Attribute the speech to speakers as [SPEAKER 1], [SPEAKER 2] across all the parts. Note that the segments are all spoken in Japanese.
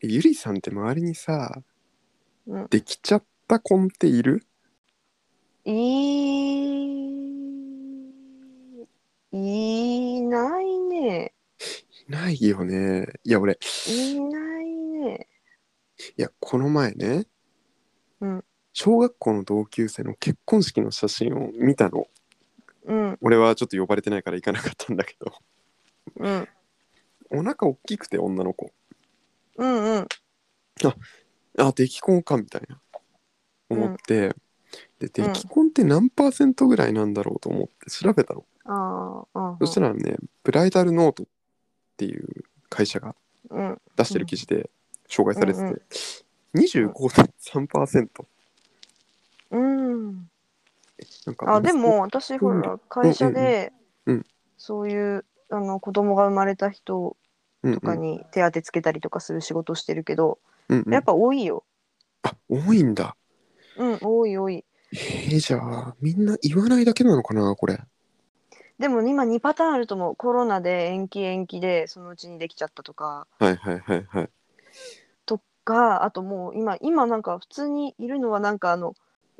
[SPEAKER 1] ゆりさんって周りにさ、
[SPEAKER 2] うん
[SPEAKER 1] できちゃった子っている
[SPEAKER 2] いいないね。
[SPEAKER 1] いないよね。いや、俺、
[SPEAKER 2] いないね。
[SPEAKER 1] いや、この前ね、
[SPEAKER 2] うん
[SPEAKER 1] 小学校の同級生の結婚式の写真を見たの。
[SPEAKER 2] うん
[SPEAKER 1] 俺はちょっと呼ばれてないから行かなかったんだけど。
[SPEAKER 2] うん
[SPEAKER 1] お腹大きくて、女の子。
[SPEAKER 2] うんうん
[SPEAKER 1] あ、出来婚かみたいな。
[SPEAKER 2] うん
[SPEAKER 1] 思って、で、出来婚って何パーセントぐらいなんだろうと思って調べたの。
[SPEAKER 2] あーあー
[SPEAKER 1] そしたらね、ブライダルノートっていう会社が
[SPEAKER 2] うん
[SPEAKER 1] 出してる記事で紹介されてて、
[SPEAKER 2] うんうん
[SPEAKER 1] 25.3%
[SPEAKER 2] うん
[SPEAKER 1] なんか
[SPEAKER 2] あでも私ほら会社で
[SPEAKER 1] うんうん
[SPEAKER 2] そういうあの子供が生まれた人
[SPEAKER 1] うんうん
[SPEAKER 2] とかに手当てつけたりとかする仕事してるけど
[SPEAKER 1] うんうん
[SPEAKER 2] やっぱ多いよ。
[SPEAKER 1] あ多いんだ
[SPEAKER 2] うん多い多い。
[SPEAKER 1] えー、じゃあみんな言わないだけなのかなこれ
[SPEAKER 2] でも今2パターンあると思うコロナで延期延期でそのうちにできちゃったとか
[SPEAKER 1] はいはいはいはい
[SPEAKER 2] とかあともう今今なんか普通にいるのはなんかあの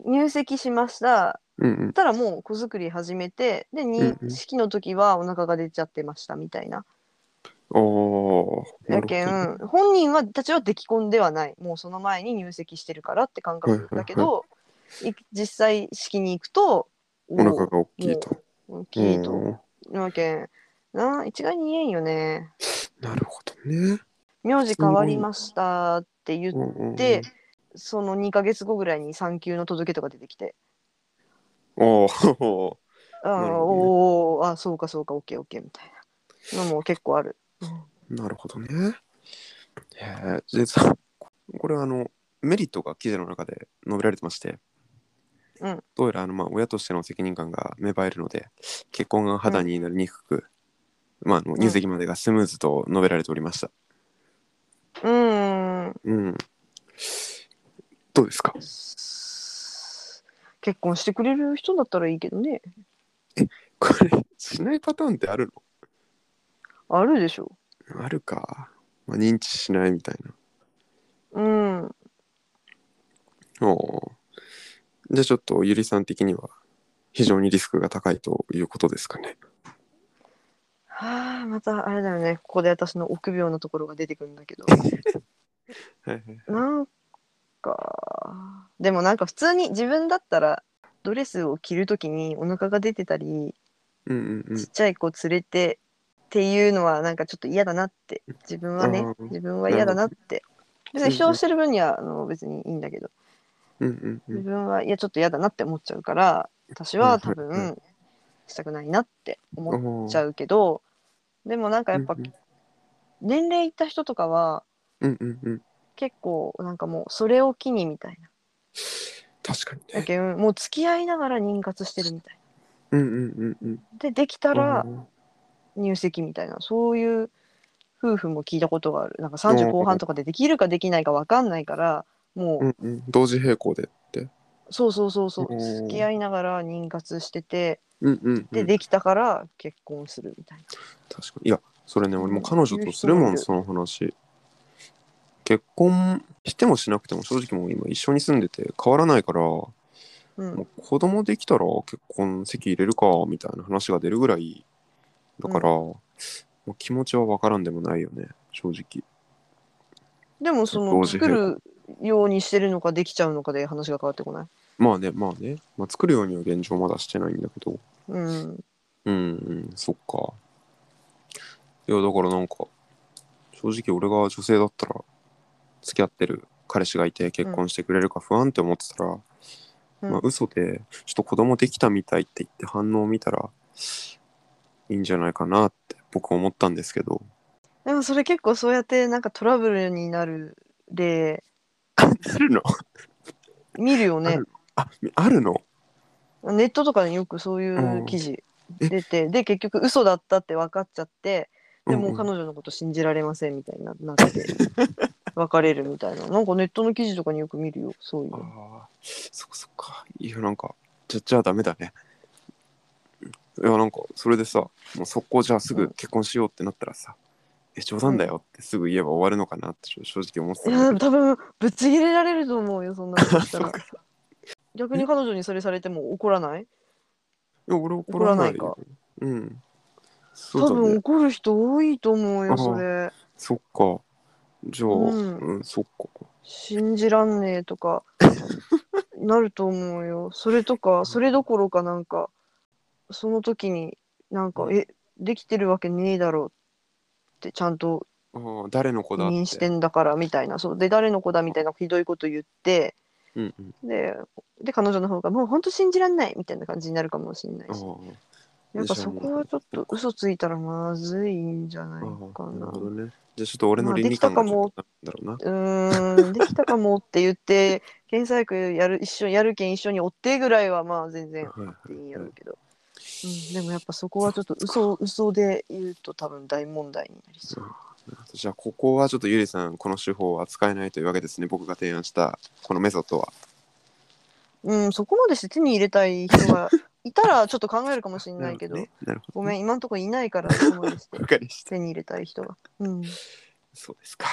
[SPEAKER 2] 入籍しました
[SPEAKER 1] うんうん
[SPEAKER 2] たらもう子作り始めてで
[SPEAKER 1] ん
[SPEAKER 2] 認
[SPEAKER 1] うん
[SPEAKER 2] 識の時はお腹が出ちゃってましたみたいな。
[SPEAKER 1] おーなる
[SPEAKER 2] や
[SPEAKER 1] ほど
[SPEAKER 2] けん本人はたちは出来婚ではないもうその前に入籍してるからって感覚だけど、い実際式に行くとお
[SPEAKER 1] お腹が大きいと
[SPEAKER 2] 大きいと。
[SPEAKER 1] おー
[SPEAKER 2] なわけんな一概に言えんよね。
[SPEAKER 1] なるほどね
[SPEAKER 2] 名字変わりましたって言っ
[SPEAKER 1] うんうんうん
[SPEAKER 2] でその2ヶ月後ぐらいに産休の届けとか出てきて、
[SPEAKER 1] おー
[SPEAKER 2] あ
[SPEAKER 1] なるほどね
[SPEAKER 2] ーおーあそうかそうかオッケーオッケーみたいなのも結構ある。
[SPEAKER 1] なるほどねえー、で さこれはあのメリットが記事の中で述べられてまして
[SPEAKER 2] うん
[SPEAKER 1] どうやらあの、まあ、親としての責任感が芽生えるので結婚が肌になりにくく、まあ、あの
[SPEAKER 2] ん
[SPEAKER 1] 入籍までがスムーズと述べられておりました。
[SPEAKER 2] うーん
[SPEAKER 1] うん、どうですか
[SPEAKER 2] 結婚してくれる人だったらいいけどね
[SPEAKER 1] これしないパターンってある
[SPEAKER 2] あるでしょ。
[SPEAKER 1] のあるか、まあ、認知しないみたい
[SPEAKER 2] うん
[SPEAKER 1] な。おーじゃあちょっとゆりさん的には非常にリスクが高いということですかね。
[SPEAKER 2] はあまたあれだよねここで私の臆病なところが出てくるんだ けど
[SPEAKER 1] はいはい
[SPEAKER 2] なんかでもなんか普通に自分だったらドレスを着るときにお腹が出てたり
[SPEAKER 1] うんうん
[SPEAKER 2] ちっちゃい子連れてっていうのはなんかちょっと嫌だなって自分はね
[SPEAKER 1] あー
[SPEAKER 2] 自分は嫌だなって別に主張してる分にはあの別にいいんだけど
[SPEAKER 1] うんうんうんう
[SPEAKER 2] 自
[SPEAKER 1] ん
[SPEAKER 2] 分はいやちょっと嫌だなって思っちゃうから私は多
[SPEAKER 1] うんうんう
[SPEAKER 2] 分したくないなって思っ
[SPEAKER 1] おー
[SPEAKER 2] ちゃうけどでもなんかやっぱ
[SPEAKER 1] うん
[SPEAKER 2] 年齢いった人とかは
[SPEAKER 1] うんうんうん
[SPEAKER 2] 結構なんかもうそれを機にみたいな
[SPEAKER 1] 確かに
[SPEAKER 2] だ
[SPEAKER 1] ね。
[SPEAKER 2] けどもう付き合いながら妊活してるみたい
[SPEAKER 1] うんうんうんうん。
[SPEAKER 2] なでできたら
[SPEAKER 1] おー
[SPEAKER 2] 入籍みたいなそういう夫婦も聞いたことがあるなんか30後半とかでできるかできないか分かんないからもう
[SPEAKER 1] うんうん、同時並行で。
[SPEAKER 2] そうそうそうそう
[SPEAKER 1] おー
[SPEAKER 2] 付き合いながら妊活してて
[SPEAKER 1] うんうんうん、
[SPEAKER 2] でできたから結婚するみたいな。
[SPEAKER 1] 確かにいやそれね
[SPEAKER 2] うん
[SPEAKER 1] 俺も彼女とするも
[SPEAKER 2] い
[SPEAKER 1] ん
[SPEAKER 2] う人
[SPEAKER 1] その話結婚してもしなくても正直もう今一緒に住んでて変わらないからも
[SPEAKER 2] うん
[SPEAKER 1] う子供できたら結婚籍入れるかみたいな話が出るぐらいだから、もう気持ちは分からんでもないよね正直
[SPEAKER 2] でもそ
[SPEAKER 1] 同
[SPEAKER 2] の
[SPEAKER 1] 時
[SPEAKER 2] 作るようにしてるのかできちゃうのかで話が変わってこない。
[SPEAKER 1] まあねまあね、まあ、作るようには現状まだしてないんだけど
[SPEAKER 2] うん。
[SPEAKER 1] うんうんそっかいやだからなんか正直俺が女性だったら付き合ってる彼氏がいて結婚してくれるか不安って思ってたら、
[SPEAKER 2] うん
[SPEAKER 1] まあ嘘でちょっと子供できたみたいって言って反応を見たらいいんじゃないかなって僕思ったんですけど
[SPEAKER 2] でもそれ結構そうやってなんかトラブルになる例
[SPEAKER 1] あるの
[SPEAKER 2] 見るよ
[SPEAKER 1] あ
[SPEAKER 2] ね。
[SPEAKER 1] るああるの
[SPEAKER 2] ネットとかによくそういう記事出て、で結局嘘だったって分かっちゃってでもう彼
[SPEAKER 1] 女
[SPEAKER 2] 女のこと信じられませんみたいにななって 別れるみたいななんかネットの記事とかによく見るよそういう。
[SPEAKER 1] ああそっかそっかいやなんかじゃじゃあダメだねいやなんかそれでさもう速攻じゃあすぐ結婚しようってなったらさ、え冗談だよってすぐ言えば終わるのかなってちょっと正直思って
[SPEAKER 2] い
[SPEAKER 1] たんだ
[SPEAKER 2] や
[SPEAKER 1] けど
[SPEAKER 2] 多分ぶち切れられると思うよそんなことし
[SPEAKER 1] そ
[SPEAKER 2] たら
[SPEAKER 1] うか
[SPEAKER 2] 逆に彼女にそれされても怒らない
[SPEAKER 1] いや俺怒らない
[SPEAKER 2] 怒ら
[SPEAKER 1] ようんそ
[SPEAKER 2] 多
[SPEAKER 1] うだ
[SPEAKER 2] 分
[SPEAKER 1] ね
[SPEAKER 2] 怒る人多いと思う
[SPEAKER 1] あ
[SPEAKER 2] よ
[SPEAKER 1] あ
[SPEAKER 2] それ
[SPEAKER 1] そっかじゃあ
[SPEAKER 2] うん
[SPEAKER 1] うん、そっか
[SPEAKER 2] 信じらんねえ とかなると思うよそれとかそれどころかなんかその時になんかえできてるわけねえだろうってちゃんと
[SPEAKER 1] あー誰の子
[SPEAKER 2] 否
[SPEAKER 1] だっ
[SPEAKER 2] 認
[SPEAKER 1] て
[SPEAKER 2] してんだからみたいなそうで誰の子だみたいなひどいこと言って
[SPEAKER 1] うんうん
[SPEAKER 2] でで彼女の方がもうほんと信じらんないみたいな感じになるかもしれない
[SPEAKER 1] あ
[SPEAKER 2] し
[SPEAKER 1] ー
[SPEAKER 2] やっぱそこはちょっと嘘ついたらまずいんじゃない
[SPEAKER 1] あー
[SPEAKER 2] か
[SPEAKER 1] な
[SPEAKER 2] な
[SPEAKER 1] るほどねじゃあちょっと俺の倫理観
[SPEAKER 2] ま
[SPEAKER 1] が
[SPEAKER 2] あで
[SPEAKER 1] ち
[SPEAKER 2] きた
[SPEAKER 1] ょ
[SPEAKER 2] かも
[SPEAKER 1] っとなんだろうな
[SPEAKER 2] うーんできたかもって言って 検査役やる一緒やるけん一緒に追ってぐらいはまあ全然
[SPEAKER 1] はいはい
[SPEAKER 2] いいんやろうけど、うん、でもやっぱそこはちょっと嘘嘘で言うと多分大問題になりそう
[SPEAKER 1] じゃあここはちょっとゆりさんこの手法は使えないというわけですね僕が提案したこのメソッドは
[SPEAKER 2] うんそこまでして手に入れたい人がいたらちょっと考えるかもしれないけど
[SPEAKER 1] ねなるほど
[SPEAKER 2] ごめん今んとこいないからそこまでして
[SPEAKER 1] わかりました
[SPEAKER 2] 手に入れたい人がうん
[SPEAKER 1] そうですか